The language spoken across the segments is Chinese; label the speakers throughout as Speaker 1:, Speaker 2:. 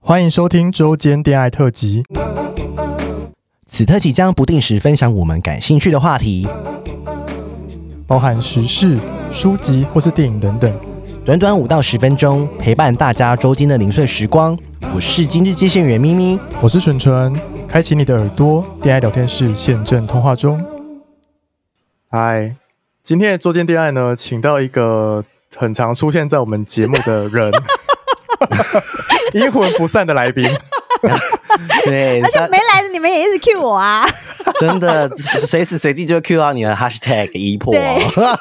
Speaker 1: 欢迎收听周间恋爱特辑。
Speaker 2: 此特辑将不定时分享我们感兴趣的话题，
Speaker 1: 包含时事、书籍或是电影等等。
Speaker 2: 短短五到十分钟，陪伴大家周间的零碎时光。我是今日接线员咪咪，
Speaker 1: 我是纯纯，开启你的耳朵，恋爱聊天室现正通话中。嗨，今天的周间恋爱呢，请到一个很常出现在我们节目的人， 阴魂不散的来宾。
Speaker 2: 对，
Speaker 3: 而且
Speaker 2: 大
Speaker 3: 没来的你们也一直 cue 我啊，
Speaker 2: 真的随时随地就 cue 到你的 hashtag 一破。哦
Speaker 3: 对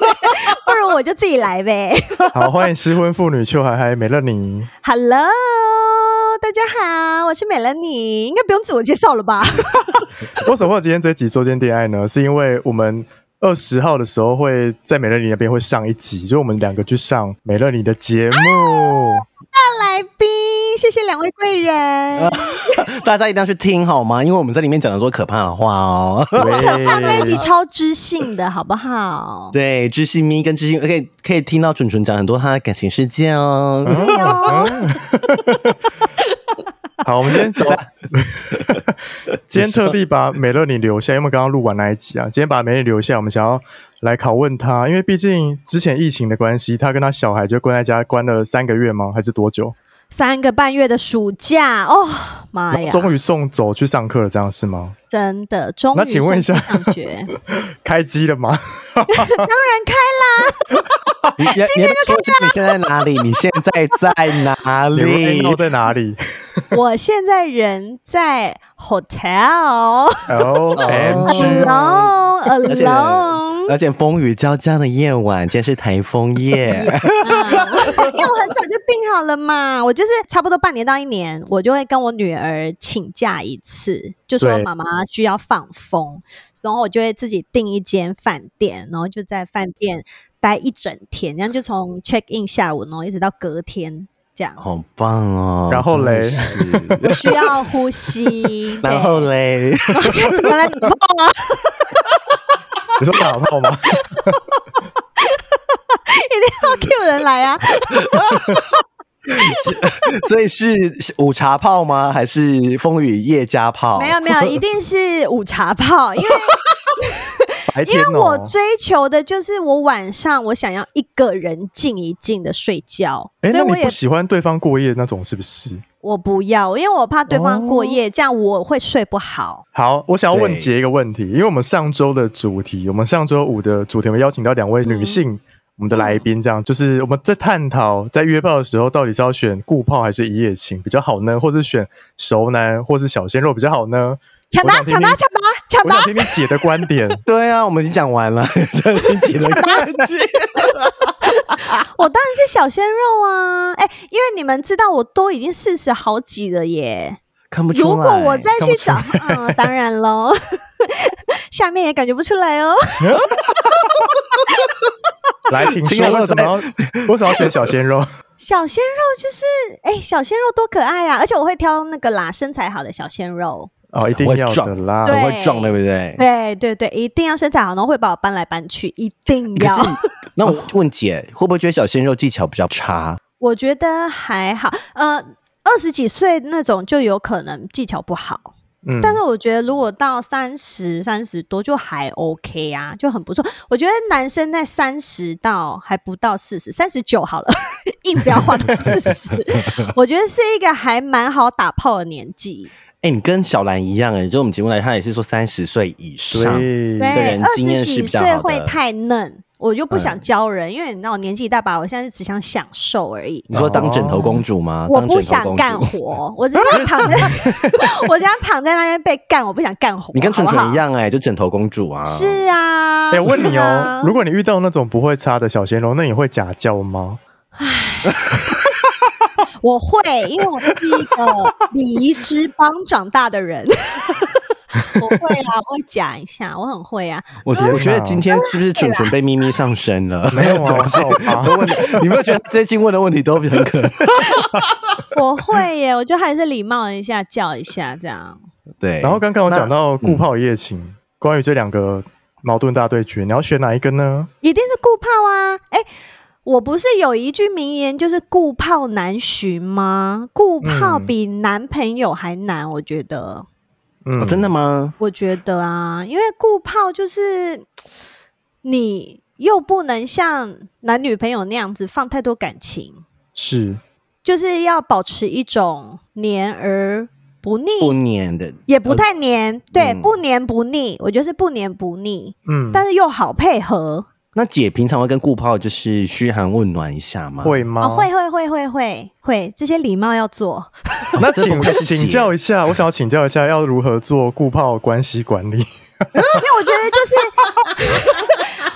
Speaker 3: 不如我就自己来呗。
Speaker 1: 好，欢迎失婚妇女邱海海美乐妮。
Speaker 3: Hello，大家好，我是美人你，应该不用自我介绍了 吧？
Speaker 1: 为什么会有今天这集周间恋爱呢？是因为我们二十号的时候会在美乐妮那边会上一集，就我们两个去上美乐妮的节目。
Speaker 3: 大来宾，谢谢两位贵
Speaker 1: 哎
Speaker 3: 人，
Speaker 2: 大家一定要去听好吗？因为我们在里面讲了多可怕的话 哦。
Speaker 1: 对，
Speaker 3: 他那一集超知性的，好不好？
Speaker 2: 对，知性咪跟知性可以可以听到准准讲很多他的感情世界哦。
Speaker 3: 对
Speaker 1: 啊
Speaker 3: 哦，
Speaker 1: 嗯 好，我们今天走，今天特地把美乐你留下，因为我们刚刚录完那一集啊，今天把美乐你留下，我们想要来拷问他，因为毕竟之前疫情的关系，他跟他小孩就关在家关了三个月吗？还是多久？
Speaker 3: 三个半月的暑假，哦妈呀，
Speaker 1: 终于送走去上课了，这样是吗？
Speaker 3: 真的终于
Speaker 1: 那请问一下
Speaker 3: 送上学， 当
Speaker 1: 开机了吗？
Speaker 3: 然开
Speaker 2: 你你你要不要说一下你现在在哪 里？你现在在哪
Speaker 1: 你们
Speaker 2: 里？
Speaker 1: 闹在哪里
Speaker 3: 了，我现在人在 hotel。
Speaker 1: ？O M
Speaker 3: 哦
Speaker 1: G，
Speaker 3: alone
Speaker 2: 而且
Speaker 3: alone，
Speaker 2: 而且风雨交加的夜晚，今天是台风夜。
Speaker 3: 因为我很早就定好了嘛，我就是差不多半年到一年，我就会跟我女儿请假一次，就说
Speaker 1: 对
Speaker 3: 妈妈需要放风，然后我就会自己订一间饭店，然后就在饭店待一整天，这样就从 check in 下午，然后一直到隔天这样。
Speaker 2: 好棒哦！
Speaker 1: 然后嘞
Speaker 2: 真的 是，，
Speaker 3: 我需要呼吸
Speaker 2: 然后
Speaker 3: 对，
Speaker 2: 嘞，
Speaker 3: 我觉得怎么了？你碰啊？
Speaker 1: 你说打 炮吗？
Speaker 3: 一定要 Q 人来啊！
Speaker 2: 所以是是午茶泡吗？还是风雨夜加泡？
Speaker 3: 没有没有，一定是午茶泡，因为
Speaker 1: 白
Speaker 3: 因
Speaker 1: 天
Speaker 3: 为我
Speaker 1: 哦，
Speaker 3: 追求的就是我晚上我想要一个人静一静的睡觉，
Speaker 1: 哎，
Speaker 3: 所
Speaker 1: 那
Speaker 3: 以我
Speaker 1: 你
Speaker 3: 也
Speaker 1: 不喜欢对方过夜那种是不是？
Speaker 3: 我不要，因为我怕对方过夜，
Speaker 1: 哦
Speaker 3: 这样我会睡不好。
Speaker 1: 好，我想要问
Speaker 2: 对
Speaker 1: 杰一个问题，因为我们上周的主题，我们上周五的主题，我们邀请到两位女性，我们的来宾，这样就是我们在探讨在约炮的时候，到底是要选固炮还是一夜情比较好呢，或是选熟男或是 小鲜肉比较好呢？
Speaker 3: 抢答
Speaker 1: 我想听
Speaker 3: 抢
Speaker 1: 听
Speaker 3: 答抢答抢
Speaker 1: 我
Speaker 3: 答
Speaker 1: 想！听听姐的观点，
Speaker 2: 对啊，我们已经讲完了， 这已经 结
Speaker 3: 啊
Speaker 2: 了
Speaker 3: 我当然是小鲜肉啊！哎、因为你们知道我都已经四十好几了耶。
Speaker 2: 看不出来。
Speaker 3: 如果我再
Speaker 1: 看不
Speaker 3: 去
Speaker 1: 出
Speaker 3: 找，嗯，当然喽， 下面也感觉不出来哦。
Speaker 1: 来，请
Speaker 2: 亲爱
Speaker 1: 说
Speaker 2: 的
Speaker 1: 为什么要为什么要选小鲜肉？
Speaker 3: 小鲜肉就是，哎、小鲜肉多可爱啊！而且我会挑那个啦，身材好的小鲜肉。
Speaker 1: 哦，一定要的啦。
Speaker 3: 对
Speaker 2: 很会撞，对不对？
Speaker 3: 对对对，一定要身材好，然后会把我搬来搬去，一定
Speaker 2: 可
Speaker 3: 要
Speaker 2: 是。， 那我问姐，会不会觉得小鲜肉技巧比较差？
Speaker 3: 我觉得还好，呃，二十几岁那种就有可能技巧不好，
Speaker 1: 嗯，
Speaker 3: 但是我觉得如果到三十、三十多就还 OK 啊，就很不错。我觉得男生在三十到还不到四十，三十九好了， 硬不要画到四 十，我觉得是一个还蛮好打炮的年纪。
Speaker 2: 哎，你跟小兰一样哎，就我们节目来，她也是说三十岁以上。
Speaker 1: 对
Speaker 2: 个
Speaker 3: 对，
Speaker 2: 人
Speaker 3: 二
Speaker 2: 经验
Speaker 3: 十
Speaker 2: 是
Speaker 3: 几
Speaker 2: 比较
Speaker 3: 岁
Speaker 2: 好的
Speaker 3: 会太嫩，我就不想
Speaker 2: 嗯
Speaker 3: 教人，因为你知道我年纪一大把，我现在只想享受而已。
Speaker 2: 你说当枕头公主吗？
Speaker 3: 哦我
Speaker 2: 啊当
Speaker 3: 不
Speaker 2: 枕头
Speaker 3: 想
Speaker 2: 公
Speaker 3: 干
Speaker 2: 主。
Speaker 3: 活，我只想 躺在，我只想躺在那边被干，我不想干活。
Speaker 2: 你跟蠢
Speaker 3: 好不
Speaker 2: 蠢
Speaker 3: 好
Speaker 2: 一、样哎，就枕头公主啊。
Speaker 3: 是啊。
Speaker 1: 哎、我问你
Speaker 3: 是
Speaker 1: 哦
Speaker 3: 啊，
Speaker 1: 如果你遇到那种不会插的小鲜肉，那你会假叫 吗？
Speaker 3: 我会，因为我是一个礼仪之邦长大的人。 我会啊，我会讲一下，我很会啊。
Speaker 2: 我 觉得，我觉得
Speaker 1: 嗯
Speaker 2: 今天是不是蠢蠢被咪咪上身了？
Speaker 1: 没 有啊，好吧。
Speaker 2: 我问你，你有没有觉得最近问的问题都很可能？
Speaker 3: 我会耶，我就还是礼貌一下，叫一下这样。
Speaker 2: 对，
Speaker 1: 然后刚刚我讲到顾泡一夜情，关于这两个矛盾大对决，你要选哪一个呢？
Speaker 3: 一定是顾炮啊！哎、我不是有一句名言，就是“顾炮难寻”吗？顾炮
Speaker 1: 嗯
Speaker 3: 比男朋友还难，我觉得，
Speaker 1: 嗯
Speaker 2: 哦真的吗？
Speaker 3: 我觉得啊，因为顾炮就是你又不能像男女朋友那样子放太多感情，
Speaker 1: 是
Speaker 3: 就是要保持一种黏而不腻，
Speaker 2: 不粘的，
Speaker 3: 也不
Speaker 1: 呃
Speaker 3: 太黏，对，
Speaker 2: 嗯
Speaker 3: 不黏不腻，我觉得是不黏不腻，
Speaker 1: 嗯，
Speaker 3: 但是又好配合。
Speaker 2: 那姐平常会跟顾炮就是嘘寒问暖一下吗？
Speaker 1: 会吗？
Speaker 3: 哦，会。会会会会会，这些礼貌要做。
Speaker 1: 那
Speaker 2: 哦这不
Speaker 1: 请
Speaker 2: 愧是姐
Speaker 1: 请教一下，我想要请教一下，要如何做固炮关系管 理？
Speaker 3: 因为我觉得就是，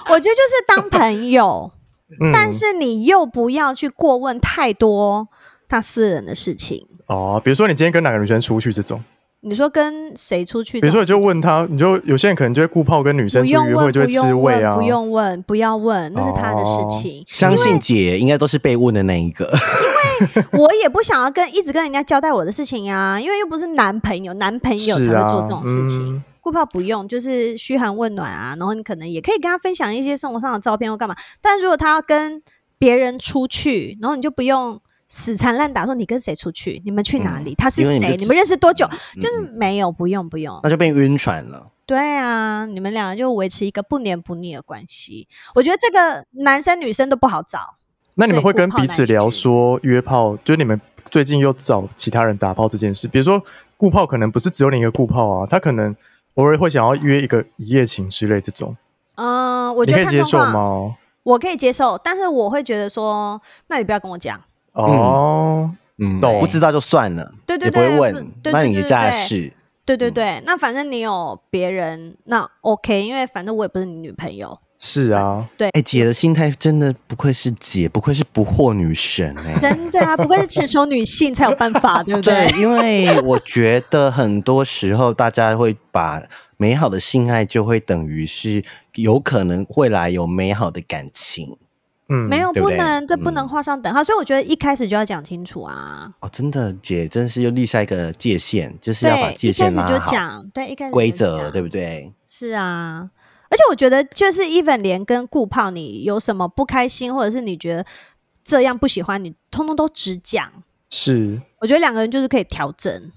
Speaker 3: 我觉得就是当朋友，
Speaker 1: 嗯，
Speaker 3: 但是你又不要去过问太多他私人的事情。
Speaker 1: 哦，比如说你今天跟哪个女生出去这种，
Speaker 3: 你说跟谁出去
Speaker 1: 比
Speaker 3: 这
Speaker 1: 如说
Speaker 3: 种
Speaker 1: 你
Speaker 3: 事情？
Speaker 1: 就问她，你就有些人可能就会固炮跟女生
Speaker 3: 不
Speaker 1: 出去
Speaker 3: 用
Speaker 1: 约
Speaker 3: 问，
Speaker 1: 会就会
Speaker 3: 不
Speaker 1: 吃
Speaker 3: 用
Speaker 1: 味啊，
Speaker 3: 问，不用问，不要问，那是他的
Speaker 1: 哦
Speaker 3: 事情。
Speaker 2: 相信姐应该都是被问的那一个。
Speaker 3: 我也不想要跟一直跟人家交代我的事情啊，因为又不是男朋友，男朋友才
Speaker 1: 是啊
Speaker 3: 会做这种事情
Speaker 1: 嗯。
Speaker 3: 顾、炮不用，就是嘘寒问暖啊，然后你可能也可以跟他分享一些生活上的照片或干嘛。但如果他要跟别人出去，然后你就不用死缠烂打说你跟谁出去，你们去哪
Speaker 1: 嗯
Speaker 3: 里，他是
Speaker 2: 因为你就
Speaker 3: 谁，
Speaker 2: 只
Speaker 3: 你们认识多久，就是没有，不用不用。
Speaker 2: 那就变晕船了。
Speaker 3: 对啊，你们两个就维持一个不黏不腻的关系。我觉得这个男生女生都不好找。
Speaker 1: 那你们
Speaker 3: 所
Speaker 1: 会
Speaker 3: 以
Speaker 1: 跟
Speaker 3: 顾炮
Speaker 1: 彼此
Speaker 3: 难
Speaker 1: 聊
Speaker 3: 去
Speaker 1: 说约炮，就是你们最近又找其他人打炮这件事，比如说顾炮可能不是只有你一个顾炮啊，他可能偶尔会想要约一个一夜情之类这种，
Speaker 3: 嗯，我
Speaker 1: 你
Speaker 3: 觉
Speaker 1: 可
Speaker 3: 得
Speaker 1: 以
Speaker 3: 看
Speaker 1: 接
Speaker 3: 状
Speaker 1: 受
Speaker 3: 况。
Speaker 1: 吗？
Speaker 3: 我可以接受，但是我会觉得说，那你不要跟我讲。
Speaker 1: 哦，
Speaker 2: 嗯
Speaker 1: 懂
Speaker 2: 不知道就算了，
Speaker 3: 对对
Speaker 2: 也不会
Speaker 3: 对
Speaker 2: 问
Speaker 3: 不，对
Speaker 2: 那
Speaker 3: 对
Speaker 2: 你的
Speaker 3: 对
Speaker 2: 家的
Speaker 3: 对
Speaker 2: 事，
Speaker 3: 对
Speaker 2: 嗯
Speaker 3: 对对，那反正你有别人，那 OK，因为反正我也不是你女朋友。
Speaker 1: 是啊，
Speaker 2: 哎、姐的心态真的不愧是姐，不愧是不惑女神哎、
Speaker 3: 真的啊，不愧是成熟女性才有办法， 对不
Speaker 2: 对
Speaker 3: 对？，
Speaker 2: 因为我觉得很多时候大家会把美好的性爱就会等于是有可能未来有美好的感情
Speaker 1: 嗯，
Speaker 3: 没有
Speaker 2: 对不
Speaker 3: 不
Speaker 2: 对
Speaker 3: 能，这不
Speaker 2: 嗯
Speaker 3: 能画上等号，所以我觉得一开始就要讲清楚啊。
Speaker 2: 哦。真的，姐真是又立下一个界限，就是要把
Speaker 3: 对，
Speaker 2: 界
Speaker 3: 一开
Speaker 2: 限
Speaker 3: 始
Speaker 2: 拉
Speaker 3: 就
Speaker 2: 好，
Speaker 3: 讲，对，一开始
Speaker 2: 规
Speaker 3: 就
Speaker 2: 则
Speaker 3: 讲
Speaker 2: 对不对？
Speaker 3: 是啊，而且我觉得就是 even 连跟顾炮你有什么不开心，或者是你觉得这样不喜欢，你通通都只讲。
Speaker 1: 是
Speaker 3: 我觉得两个人就是可以调整。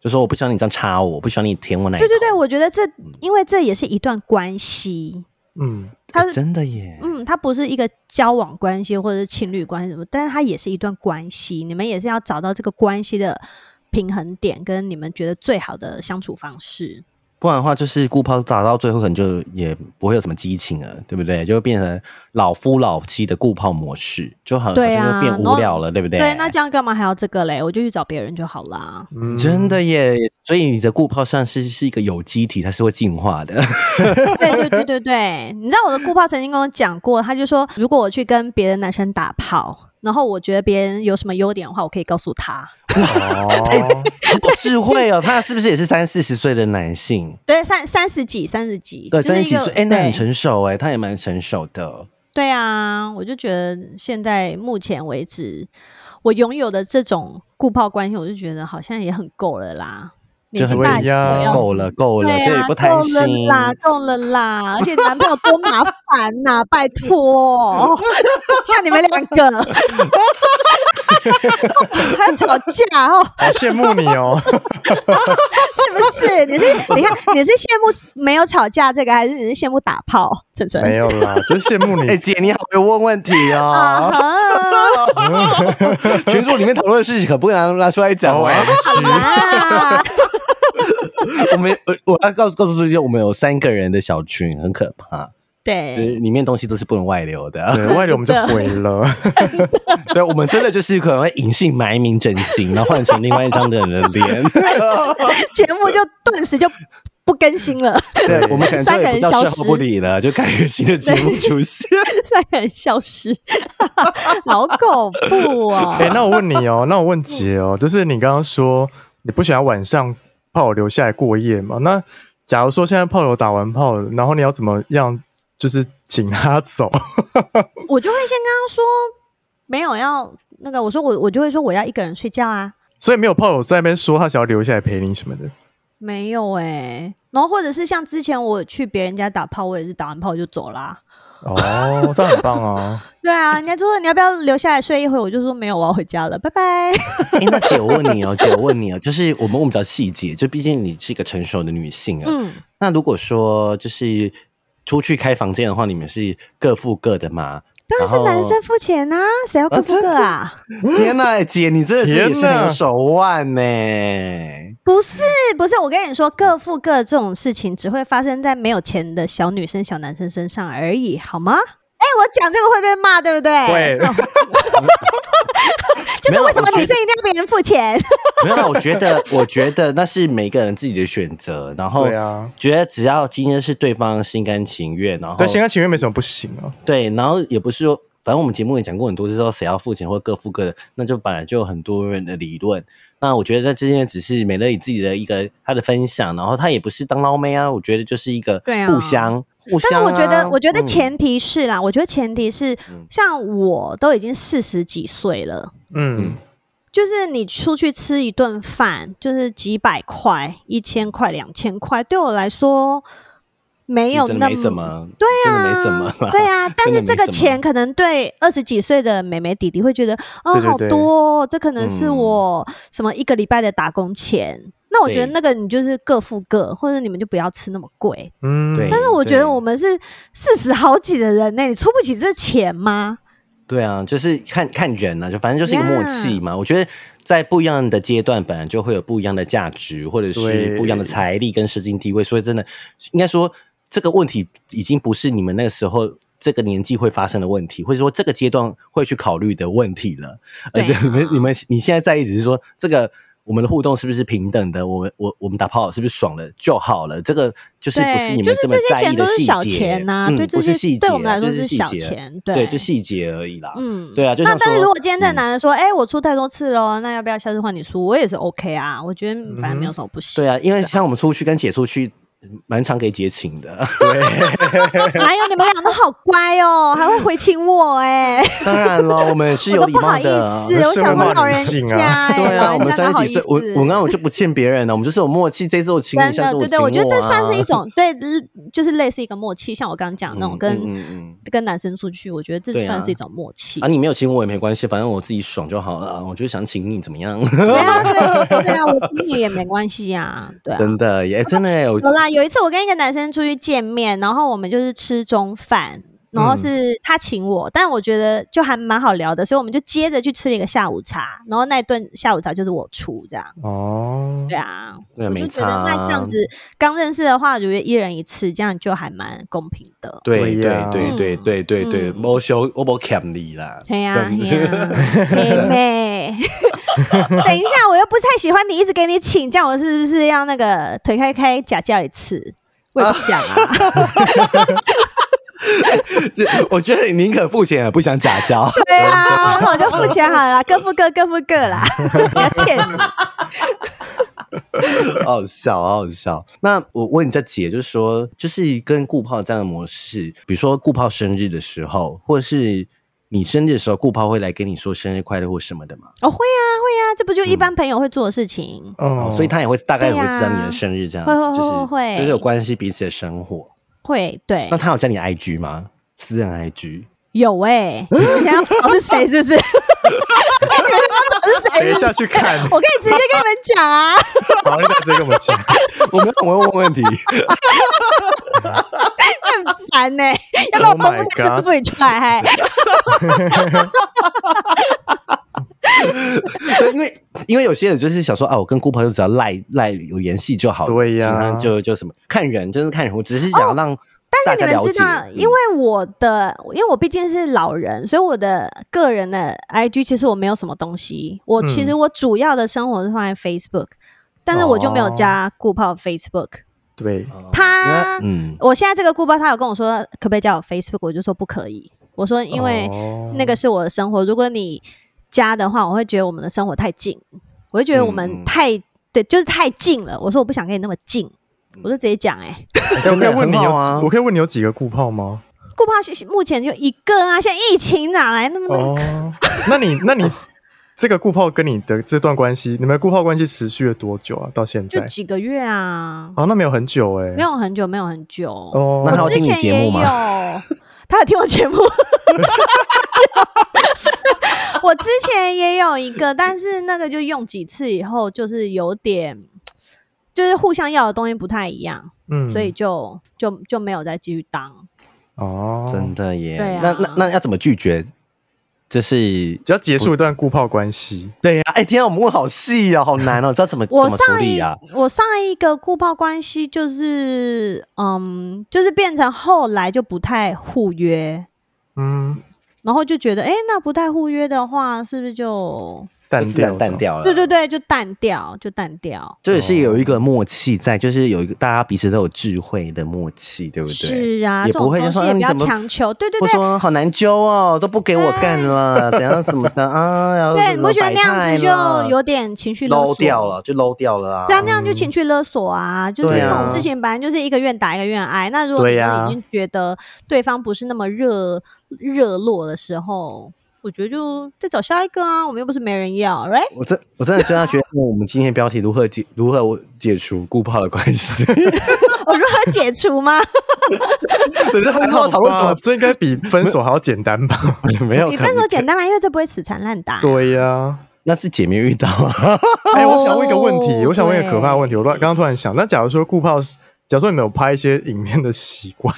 Speaker 2: 就说我不喜欢你这样插我，我不喜欢你舔我奶头。
Speaker 3: 对对对，我觉得这因为这也是一段关系，
Speaker 1: 嗯，
Speaker 3: 它
Speaker 2: 哎
Speaker 3: 是
Speaker 2: 真的耶。
Speaker 3: 嗯，它不是一个交往关系或者是情侣关系什么，但是它也是一段关系，你们也是要找到这个关系的平衡点，跟你们觉得最好的相处方式。
Speaker 2: 不然的话，就是顾炮打到最后，可能就也不会有什么激情了，对不对？就会变成老夫老妻的顾炮模式，就好
Speaker 3: 对啊
Speaker 2: 好像就变无聊了，对不对？
Speaker 3: 对，那这样干嘛还要这个嘞？我就去找别人就好啦。
Speaker 1: 嗯
Speaker 2: 真的耶！所以你的顾炮算是是一个有机体，它是会进化的。
Speaker 3: 对 对对对对，你知道我的顾炮曾经跟我讲过，他就说如果我去跟别的男生打炮，然后我觉得别人有什么优点的话，我可以告诉他。
Speaker 1: 哦，
Speaker 2: 好智慧哦，他是不是也是三四十岁的男性？
Speaker 3: 对，三三十几，三十几，
Speaker 2: 对，
Speaker 3: 就
Speaker 2: 三
Speaker 3: 是
Speaker 2: 十
Speaker 3: 一
Speaker 2: 几
Speaker 3: 个
Speaker 2: 岁，哎，那很
Speaker 3: 对
Speaker 2: 成熟哎，他也蛮成熟的。哦
Speaker 3: 对啊，我就觉得现在目前为止，我拥有的这种顾炮关系，我就觉得好像也很够了啦。
Speaker 2: 就
Speaker 3: 年纪
Speaker 2: 很
Speaker 3: 大
Speaker 1: 一
Speaker 3: 也
Speaker 1: 样
Speaker 3: 要
Speaker 2: 够了，够了，
Speaker 3: 对
Speaker 2: 这也
Speaker 3: 啊
Speaker 2: 不贪心
Speaker 3: 够了。啦，够了啦！而且男朋友多麻烦呐、拜托，像你们两个，还要吵架哦，
Speaker 1: 好羡慕你 哦，
Speaker 3: 是不是？你是你看你是羡慕没有吵架这个，还是你是羡慕打炮？晨晨
Speaker 1: 没有啦，就是羡慕
Speaker 2: 哎，
Speaker 1: 你，
Speaker 2: 姐，你好会问问题
Speaker 3: 啊
Speaker 2: 哦。
Speaker 3: 哈，
Speaker 2: 群组里面讨论的事情可不能拿出来讲
Speaker 1: 好
Speaker 2: 哦。
Speaker 1: 委屈，
Speaker 3: 啊
Speaker 2: 我们呃我要告诉告诉大家，我们有三个人的小群，很可怕，就是
Speaker 3: 对，
Speaker 2: 里面东西都是不能外流的。
Speaker 1: 哎对，外流我们就毁了，
Speaker 2: 对，我们真的就是可能会隐姓埋名整形，然后换成另外一张的人的 脸。
Speaker 3: 节目就顿时就不更新了，
Speaker 2: 对，我们可能就也不叫
Speaker 3: 三个人消
Speaker 2: 事
Speaker 3: 失
Speaker 2: 后不理了，就看一个新 的节目出现。
Speaker 3: 三个人消失， 好恐怖哦！
Speaker 1: 哎、那我问你哦，那我问姐哦，就是你刚刚说你不喜欢晚上炮友留下来过夜嘛？那假如说现在炮友打完炮了，然后你要怎么样，就是请他走？
Speaker 3: 我就会先跟他说没有要那个，我说我我就会说我要一个人睡觉啊，
Speaker 1: 所以没有炮友在那边说他想要留下来陪你什么的。
Speaker 3: 欸没有哎、然后或者是像之前我去别人家打炮，我也是打完炮就走啦、
Speaker 1: 哦，这样很棒啊！
Speaker 3: 对啊，人家就说你要不要留下来睡一会，我就说没有，我要回家了，拜拜。
Speaker 2: 哎，那姐我问你哦，姐我问你哦，就是我们问比较细节，就毕竟你是一个成熟的女性啊。
Speaker 3: 嗯，
Speaker 2: 那如果说就是出去开房间的话，你们是各付各的吗？
Speaker 3: 当然是
Speaker 2: 后
Speaker 3: 男生付钱啊，谁要
Speaker 2: 啊
Speaker 3: 各付
Speaker 2: 真
Speaker 3: 各
Speaker 2: 的
Speaker 3: 啊？
Speaker 2: 天呐，姐，你真的是也是
Speaker 1: 嗯天
Speaker 2: 很
Speaker 1: 哪
Speaker 2: 有手腕呢、
Speaker 3: 不是不是，我跟你说，各付各这种事情只会发生在没有钱的小女生、小男生身上而已，好吗？哎、我讲这个会被骂，对不 对？
Speaker 1: 会
Speaker 3: 哦就是为什么
Speaker 2: 没有我觉得
Speaker 3: 女生一定要别人付钱？
Speaker 2: 没有啦，我觉得，我觉得那是每个人自己的选择。然后
Speaker 1: 对，啊，
Speaker 2: 觉得只要今天是对方心甘情愿，然后
Speaker 1: 对，心甘情愿没什么不行啊。
Speaker 2: 对，然后也不是说，反正我们节目也讲过很多次，说谁要付钱或各付各的，那就本来就有很多人的理论。那我觉得在这件只是美乐你自己的一个她的分享，然后她也不是当捞妹啊，我觉得就是一个
Speaker 3: 对啊
Speaker 2: 互相、互相、
Speaker 3: 但是
Speaker 2: 啊。
Speaker 3: 我觉得，我觉得
Speaker 2: 嗯
Speaker 3: 前提是啦，我觉得前提是
Speaker 2: 嗯，
Speaker 3: 像我都已经四十几岁了，
Speaker 1: 嗯，
Speaker 3: 就是你出去吃一顿饭，就是几百块、一千块、两千块，对我来说没
Speaker 2: 其实
Speaker 3: 有
Speaker 2: 真
Speaker 3: 那
Speaker 2: 的没什么，
Speaker 3: 对
Speaker 2: 真
Speaker 3: 啊，
Speaker 2: 的没什么啦。
Speaker 3: 对啊，但
Speaker 2: 真的
Speaker 3: 是
Speaker 2: 没
Speaker 3: 这个
Speaker 2: 什么
Speaker 3: 钱可能对二十几岁的妹妹弟弟会觉得，哦，
Speaker 1: 对对
Speaker 3: 好
Speaker 1: 对
Speaker 3: 多、哦，这可能是
Speaker 2: 嗯
Speaker 3: 我什么一个礼拜的打工钱。那我觉得
Speaker 2: 对
Speaker 3: 那个你就是各付各，或者你们就不要吃那么贵。
Speaker 1: 嗯，
Speaker 2: 对
Speaker 3: 但是我觉
Speaker 2: 对
Speaker 3: 得我们是四十好几的人呢、你出不起这钱吗？
Speaker 2: 对啊，就是看看人啊，就反正就是一个默契嘛。我觉得在不一样的阶段，本来就会有不一样的价值，或者是
Speaker 1: 对
Speaker 2: 不一样的财力跟社经地位。所以真的，应该说这个问题已经不是你们那个时候。这个年纪会发生的问题，或者说这个阶段会去考虑的问题了。呃，
Speaker 3: 对啊
Speaker 2: 你们你们你现在在意只是说这个我们的互动是不是平等的？我们我我们打炮是不是爽了就好了？这个就是不是
Speaker 3: 对，
Speaker 2: 你
Speaker 3: 就
Speaker 2: 们
Speaker 3: 是
Speaker 2: 这么
Speaker 3: 这些
Speaker 2: 在意
Speaker 3: 钱
Speaker 2: 的
Speaker 3: 都是
Speaker 2: 细
Speaker 3: 小
Speaker 2: 节，
Speaker 3: 钱呐、
Speaker 2: 嗯
Speaker 3: 对，
Speaker 2: 不
Speaker 3: 这
Speaker 2: 是
Speaker 3: 些
Speaker 2: 细节
Speaker 3: 对
Speaker 2: 啊，
Speaker 3: 我们来说
Speaker 2: 就是细
Speaker 3: 小
Speaker 2: 节
Speaker 3: 钱，
Speaker 2: 对，
Speaker 3: 对，
Speaker 2: 就细节而已啦。
Speaker 3: 嗯
Speaker 2: 对啊就
Speaker 3: 那
Speaker 2: 像
Speaker 3: 但是
Speaker 2: 说
Speaker 3: 如果今天这个
Speaker 2: 嗯
Speaker 3: 男人说，哎、我出太多次了，那要不要下次换你出？我也是 OK 啊，我觉得反正没有什么不行。
Speaker 2: 对啊，因为像我们出去跟姐出去，蛮常给姐请 的。
Speaker 3: 哪哎有你们俩都好乖哦，还会回请我哎、
Speaker 2: 当然了，我们 是有
Speaker 3: 我
Speaker 2: 礼
Speaker 3: 都不好
Speaker 2: 貌
Speaker 3: 意
Speaker 2: 的
Speaker 3: 思
Speaker 2: 啊。，
Speaker 3: 我想问老
Speaker 1: 我
Speaker 3: 人
Speaker 1: 是
Speaker 3: 家
Speaker 1: 蛮有
Speaker 3: 哎、
Speaker 2: 对啊，
Speaker 3: 老
Speaker 2: 我
Speaker 3: 人
Speaker 2: 们
Speaker 3: 家
Speaker 2: 三
Speaker 3: 哪好
Speaker 2: 十
Speaker 3: 意
Speaker 2: 几
Speaker 3: 思
Speaker 2: 岁，。我我刚刚我就不欠别人了，我们就是有默契，这次我请
Speaker 3: 真
Speaker 2: 你，下
Speaker 3: 的，
Speaker 2: 次
Speaker 3: 对
Speaker 2: 请
Speaker 3: 对，我觉得这
Speaker 2: 啊
Speaker 3: 算是一 种对，就是类似一个默契。像我刚刚讲那种
Speaker 2: 嗯
Speaker 3: 跟、
Speaker 2: 嗯嗯嗯
Speaker 3: 跟男生出去，我觉得这
Speaker 2: 对啊
Speaker 3: 算是一种默 契。
Speaker 2: 啊，你没有请我也没关系，反正我自己爽就好了啊。我就想请你怎么样？
Speaker 3: 对啊，对对啊，我听你也没关系啊，对 啊。
Speaker 2: 真的耶，真的耶，我
Speaker 3: 有啦，有一次我跟一个男生出去见面，然后我们就是吃中饭，然
Speaker 2: 嗯
Speaker 3: 后是他请我，但我觉得就还蛮好聊的，所以我们就接着去吃了一个下午茶，然后那一顿下午茶就是我出这样，
Speaker 1: 哦，
Speaker 3: 对啊，
Speaker 2: 对
Speaker 3: 我
Speaker 2: 没
Speaker 3: 就觉
Speaker 2: 差
Speaker 3: 得那这
Speaker 2: 啊
Speaker 3: 样。子刚认识的话，我觉得一人一次，这样就还蛮公平的。
Speaker 2: 对
Speaker 1: 对呀
Speaker 2: 对对对对对对，
Speaker 3: 嗯
Speaker 2: 我修我不 cam 你啦，
Speaker 3: 对呀、
Speaker 2: 真的
Speaker 3: 嘿呀、妹 妹，等一下，我又不太喜欢你，一直给你请，这样我是不是要那个腿开开假叫一次？我也不想啊。
Speaker 2: 这我觉得你宁可付钱也不想假交。
Speaker 3: 对啊，那我就付钱好了 啦，各付各，各付各啦，不 要欠你。
Speaker 2: 好好笑，好好笑。那我问一下姐，就是说，就是跟顾炮这样的模式，比如说顾炮生日的时候，或者是你生日的时候，顾炮会来跟你说生日快乐或什么的嘛？
Speaker 3: 哦，会啊，会啊，这不就一般朋友会做的事情？
Speaker 1: 哦
Speaker 2: 哦，所以他也会大概也
Speaker 3: 对
Speaker 2: 会
Speaker 3: 呀
Speaker 2: 知道你的生日这样子，
Speaker 3: 会会
Speaker 2: 就是
Speaker 3: 会会
Speaker 2: 就是有关系彼此的生活。
Speaker 3: 会，对
Speaker 2: 那，他有加你 IG 吗？私人 IG？
Speaker 3: 有哎、 你们想要找是谁是不 是？你们想要找是
Speaker 1: 等
Speaker 3: 谁
Speaker 1: 一
Speaker 3: 是不
Speaker 1: 下
Speaker 3: 是？
Speaker 1: 去 看，
Speaker 3: 我可以直接跟你们讲啊，
Speaker 1: 好，你下直接跟我们讲。
Speaker 2: 我没有，我会问问题。
Speaker 3: 很烦呢、要不要
Speaker 1: Oh
Speaker 3: 公布
Speaker 1: my
Speaker 3: 那师
Speaker 1: God
Speaker 3: 傅你出来？嗨，
Speaker 2: 对，因为因为有些人就是想说啊，我跟顾朋友只要赖赖有联系就好了，
Speaker 1: 对呀
Speaker 2: 其他就就什么看人，真是看人，我只是想要让大
Speaker 3: 哦但是
Speaker 2: 家
Speaker 3: 你们
Speaker 2: 了解。
Speaker 3: 知道，
Speaker 2: 嗯
Speaker 3: 因为我的，因为我毕竟是老人，所以我的个人的 IG 其实我没有什么东西。我
Speaker 1: 嗯
Speaker 3: 其实我主要的生活是放在 Facebook，、但是我就没有加顾泡 Facebook。
Speaker 1: 对，
Speaker 3: 他
Speaker 2: 哦哦那嗯，
Speaker 3: 我现在这个顾泡，他有跟我说可不可以叫我 Facebook，我就说不可以。我说因为
Speaker 1: 哦
Speaker 3: 那个是我的生活，如果你加的话，我会觉得我们的生活太近，我会觉得我
Speaker 2: 嗯
Speaker 3: 们
Speaker 2: 嗯
Speaker 3: 太、对，就是太近了。我说我不想跟你那么近，
Speaker 2: 嗯
Speaker 3: 我就直接讲哎、欸
Speaker 1: 哎我可以问你
Speaker 2: 很
Speaker 1: 有
Speaker 2: 好啊
Speaker 1: 几，我可以问你有几个顾炮吗？
Speaker 3: 顾泡是目前就一个啊，现在疫情哪来那么多？
Speaker 1: 哦，那你 那你这个顾炮跟你的这段关系，你们的顾炮关系持续了多久啊？到现
Speaker 3: 就
Speaker 1: 在？
Speaker 3: 几个月啊，
Speaker 1: 哦，那没有很久哎，
Speaker 3: 没有很久，没有很久。
Speaker 1: 哦，
Speaker 2: 那他有
Speaker 3: 之
Speaker 2: 听你
Speaker 3: 前
Speaker 2: 节
Speaker 3: 也
Speaker 2: 目
Speaker 3: 有
Speaker 2: 吗，
Speaker 3: 他他有听我节目。 我之前也有一个，但是那个就用几次以后，就是有点，就是互相要的东西不太一样，
Speaker 1: 嗯，
Speaker 3: 所以就就就没有再继续当。
Speaker 1: 哦，
Speaker 2: 真的耶。
Speaker 3: 对啊
Speaker 2: 那那那要怎么拒绝？就是
Speaker 1: 只要结束一段顾炮关系，
Speaker 2: 对呀、哎、天啊，我们问好细哦，好难哦，知道怎么怎
Speaker 3: 我
Speaker 2: 么处
Speaker 3: 上
Speaker 2: 理
Speaker 3: 一、
Speaker 2: 啊？
Speaker 3: 我上一个顾报关系就是，嗯，就是变成后来就不太互约，
Speaker 1: 嗯，
Speaker 3: 然后就觉得，哎、那不太互约的话，是不是就
Speaker 1: 淡
Speaker 2: 就自然
Speaker 1: 掉，
Speaker 2: 淡，掉了。
Speaker 3: 对对对，就淡掉，就淡掉。
Speaker 2: 这也是有一个默契在，就是有一个大家彼此都有智慧的默契，对不对？
Speaker 3: 是啊，
Speaker 2: 也
Speaker 3: 这
Speaker 2: 不
Speaker 3: 种
Speaker 2: 会就
Speaker 3: 东西
Speaker 2: 说啊
Speaker 3: 也不
Speaker 2: 你
Speaker 3: 要
Speaker 2: 怎么
Speaker 3: 强求，对对
Speaker 2: 我
Speaker 3: 对，
Speaker 2: 说好难揪哦，都不给我干 了，怎样什么的啊？然后
Speaker 3: 对，
Speaker 2: 什
Speaker 3: 你
Speaker 2: 么
Speaker 3: 不觉得那样
Speaker 2: 摆
Speaker 3: 子
Speaker 2: 态了
Speaker 3: 就有点情绪勒
Speaker 2: 搂
Speaker 3: 索
Speaker 2: 掉？了，就搂掉了啊？
Speaker 3: 对啊，那样就情绪勒索啊，就是
Speaker 2: 对
Speaker 3: 这
Speaker 2: 啊
Speaker 3: 种事情，本来就是一个愿打一个愿挨。那如果
Speaker 1: 对
Speaker 3: 你
Speaker 1: 呀
Speaker 3: 都已经觉得对方不是那么热热络的时候，我觉得就再找下一个啊，我们又不是没人要，right？
Speaker 2: 我真我真的真的觉得，我们今天的标题如何解如何我解除顾泡的关 系，
Speaker 3: 我如何解除吗？
Speaker 2: 可 是还好讨论什
Speaker 1: 哇
Speaker 2: 么
Speaker 1: 这应该比分手还要简单 吧？
Speaker 2: 没有
Speaker 3: 比
Speaker 2: 可
Speaker 3: 分手
Speaker 2: 能，
Speaker 3: 简单啦，因为这不会死缠烂打。
Speaker 1: 对呀、
Speaker 2: 那是姐妹遇到 啊，
Speaker 1: 哎、我想问一个问题，
Speaker 3: 哦
Speaker 1: 我想问一个可怕的问题，
Speaker 3: 对
Speaker 1: 我乱刚刚突然想，那假如说顾炮是，假如说你们有拍一些影片的习惯，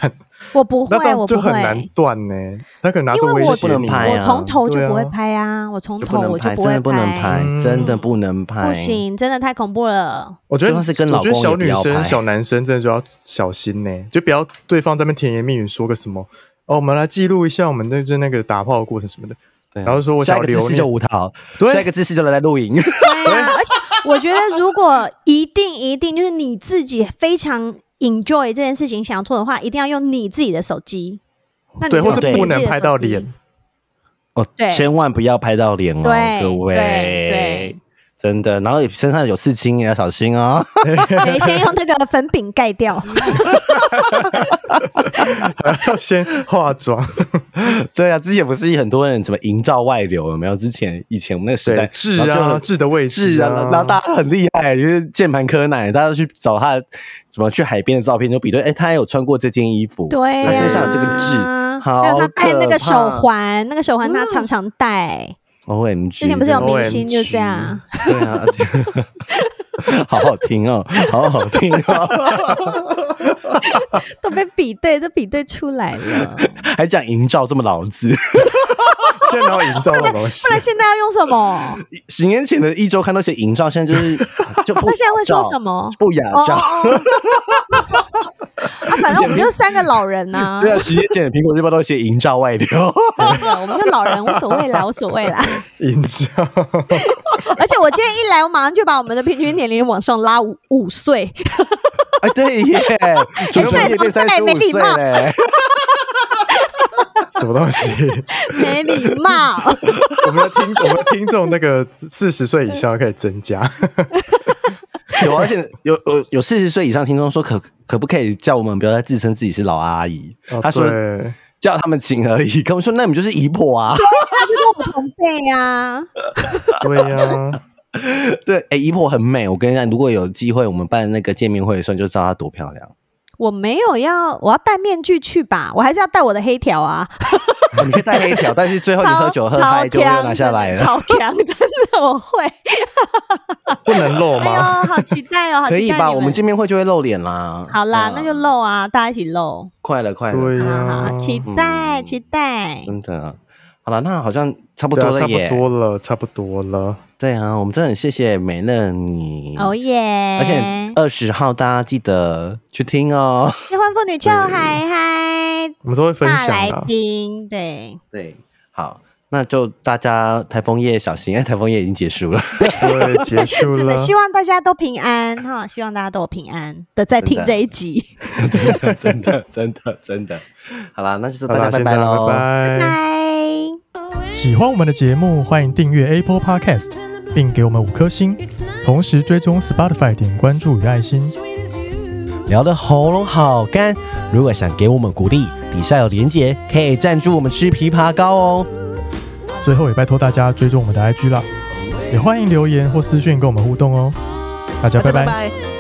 Speaker 3: 我不
Speaker 1: 那这
Speaker 3: 会，
Speaker 1: 样
Speaker 3: 我
Speaker 1: 就
Speaker 3: 不
Speaker 1: 很
Speaker 3: 会，
Speaker 1: 难断呢、他可能拿
Speaker 3: 因
Speaker 1: 着
Speaker 3: 为
Speaker 1: 威
Speaker 3: 我
Speaker 2: 不
Speaker 1: 胁
Speaker 2: 能
Speaker 1: 你，
Speaker 2: 拍
Speaker 3: 我
Speaker 2: 啊
Speaker 3: 从头就
Speaker 1: 对啊
Speaker 3: 不会拍啊，我从
Speaker 2: 就
Speaker 3: 头
Speaker 2: 不能
Speaker 3: 我就
Speaker 2: 拍，
Speaker 3: 不
Speaker 2: 真
Speaker 3: 会
Speaker 2: 的不能拍哎
Speaker 1: 嗯，
Speaker 2: 真的不能拍，
Speaker 3: 不行，真的太恐怖了。
Speaker 1: 我觉得
Speaker 2: 就算是跟老
Speaker 1: 我觉得
Speaker 2: 公
Speaker 1: 小
Speaker 2: 也不
Speaker 1: 女
Speaker 2: 要
Speaker 1: 生、
Speaker 2: 拍
Speaker 1: 小男生真的就要小心呢、就不要对方在那边甜言蜜语说个什么哦，我们来记录一下我们那就那个打炮的过程什么的。
Speaker 2: 对啊。
Speaker 1: 然后说我想
Speaker 2: 下
Speaker 1: 要
Speaker 2: 一个
Speaker 1: 留
Speaker 2: 姿势
Speaker 1: 念
Speaker 2: 就无桃，
Speaker 1: 对
Speaker 2: 下一个姿势就来录影，
Speaker 3: 对啊，而且我觉得如果一定一定就是你自己非常 enjoy 这件事情想要做的话，一定要用你自己的手机。那你
Speaker 1: 对，
Speaker 3: 就
Speaker 1: 或是
Speaker 3: 用你
Speaker 1: 不
Speaker 3: 自己
Speaker 1: 能
Speaker 3: 的
Speaker 1: 拍
Speaker 3: 手
Speaker 1: 到
Speaker 3: 机
Speaker 1: 脸。，
Speaker 2: 哦
Speaker 3: 对，
Speaker 2: 千万不要拍到脸哦，
Speaker 3: 对
Speaker 2: 各位，
Speaker 3: 对对
Speaker 2: 真的。然后也身上有刺青也要小心哦。
Speaker 3: 对，先用那个粉饼盖 掉。
Speaker 1: 要先化 妆，
Speaker 2: 对啊，之前不是很多人什么营造外流有没有？之前以前我们那个时代
Speaker 1: 对，，痣
Speaker 2: 然后就
Speaker 1: 啊，
Speaker 2: 很
Speaker 1: 痣的位置
Speaker 2: 是啊，然后大家很厉害，就是键盘柯南，大家都去找他怎么去海边的照片，就比对，哎，他有穿过这件衣服，
Speaker 3: 对、呀，啊
Speaker 2: 他身上有这个 痣
Speaker 3: 还有他戴那个
Speaker 2: 好
Speaker 3: 手
Speaker 2: 可怕嗯
Speaker 3: 环，那个手环他常常戴。
Speaker 2: ，O M G，
Speaker 3: 之前不是有
Speaker 1: 明
Speaker 3: 星就这样，
Speaker 2: 对啊， 好好听哦，好好听 哦，
Speaker 3: 都被比对，都比对出来 了。
Speaker 2: 还讲营造这么老字，
Speaker 1: 现在要营造的东西
Speaker 3: 不。然现在要用什么？
Speaker 2: 十年前的一周刊都写营造，现在就是 就不
Speaker 3: 他现在会说
Speaker 2: 照
Speaker 3: 什么？
Speaker 2: 不雅
Speaker 3: 哦
Speaker 2: 照。
Speaker 3: 哦哦 啊，反正我们就三个老人呐、
Speaker 2: 对啊，十年前的苹果日报都写营造外 流，
Speaker 3: 真的，我们就老人无所谓 啦，无所谓啦。
Speaker 1: 营造，
Speaker 3: 而且我今天一来，我马上就把我们的平均年龄往上拉五五 岁。
Speaker 2: 哎，对 耶，准备也变三十五岁嘞。
Speaker 1: 什么东西？
Speaker 3: 没礼貌，
Speaker 1: 我们的听我们的听众那个四十岁以上可以增加，
Speaker 2: 有，而且有有有四十岁以上听众说可可不可以叫我们不要再自称自己是老阿姨？
Speaker 1: 哦
Speaker 2: 他说
Speaker 1: 对
Speaker 2: 叫他们请而已，跟我说那你们就是姨婆啊。
Speaker 3: 他就跟我同辈啊呀、
Speaker 1: 对啊呀，
Speaker 2: 对，哎、姨婆很美，我跟你讲，如果有机会我们办那个见面会的时候，你就知道她多漂亮。
Speaker 3: 我没有要，我要戴面具去吧，我还是要戴我的黑条啊。
Speaker 2: 你可以戴黑条，但是最后你喝酒喝
Speaker 3: 超
Speaker 2: 嗨就会
Speaker 3: 超
Speaker 2: 拿下来
Speaker 3: 强
Speaker 2: 了。
Speaker 3: 超强， 真的我会。
Speaker 1: 不能露
Speaker 3: 哎呦，
Speaker 1: 吗？
Speaker 3: 好期待哦，好
Speaker 2: 可
Speaker 3: 期
Speaker 2: 以
Speaker 3: 待
Speaker 2: 吧？
Speaker 3: 你
Speaker 2: 我们见面会就会露脸啦。
Speaker 3: 好
Speaker 2: 对
Speaker 3: 啦，
Speaker 2: 啊
Speaker 3: 那就露啊，大家一起露。
Speaker 2: 快了，快
Speaker 1: 对
Speaker 2: 了，
Speaker 3: 好
Speaker 1: 呀
Speaker 3: 好，，期待，
Speaker 2: 嗯
Speaker 3: 期待。
Speaker 2: 真的。好了，那好像差不
Speaker 1: 对
Speaker 2: 多
Speaker 1: 啊
Speaker 2: 了
Speaker 1: 差
Speaker 2: 耶。
Speaker 1: 不多了，差不多了。
Speaker 2: 对啊，我们真的很谢谢美乐你。
Speaker 3: 哦耶！
Speaker 2: 而且呃二十号大家记得去听哦。
Speaker 3: 新婚妇女就嗨嗨，
Speaker 1: 我们都会分
Speaker 3: 大
Speaker 1: 享
Speaker 3: 来
Speaker 1: 的。
Speaker 3: 宾，对，
Speaker 2: 对，好，那就大家台风夜小心，哎，台风夜已经结束了。
Speaker 1: 对，结束
Speaker 3: 真
Speaker 1: 了
Speaker 3: 的。希望大家都平安哈，希望大家都有平安的在听
Speaker 2: 真的
Speaker 3: 这一集，
Speaker 2: 真的，真的，真的，真的。好啦，那就是
Speaker 1: 好
Speaker 2: 大
Speaker 1: 啦，
Speaker 2: 家拜
Speaker 1: 先这
Speaker 2: 拜
Speaker 1: 样
Speaker 2: 喽，
Speaker 1: 拜拜。
Speaker 3: 拜。
Speaker 1: 喜欢我们的节目，欢迎订阅 Apple Podcast，并给我们五颗星，同时追踪 Spotify 点关注与爱心。
Speaker 2: 聊的喉咙好干，如果想给我们鼓励，底下有连结，可以赞助我们吃枇杷膏哦。
Speaker 1: 最后也拜托大家追踪我们的 IG 啦，也欢迎留言或私讯跟我们互动哦。大家
Speaker 2: 大家
Speaker 1: 拜拜
Speaker 2: 拜。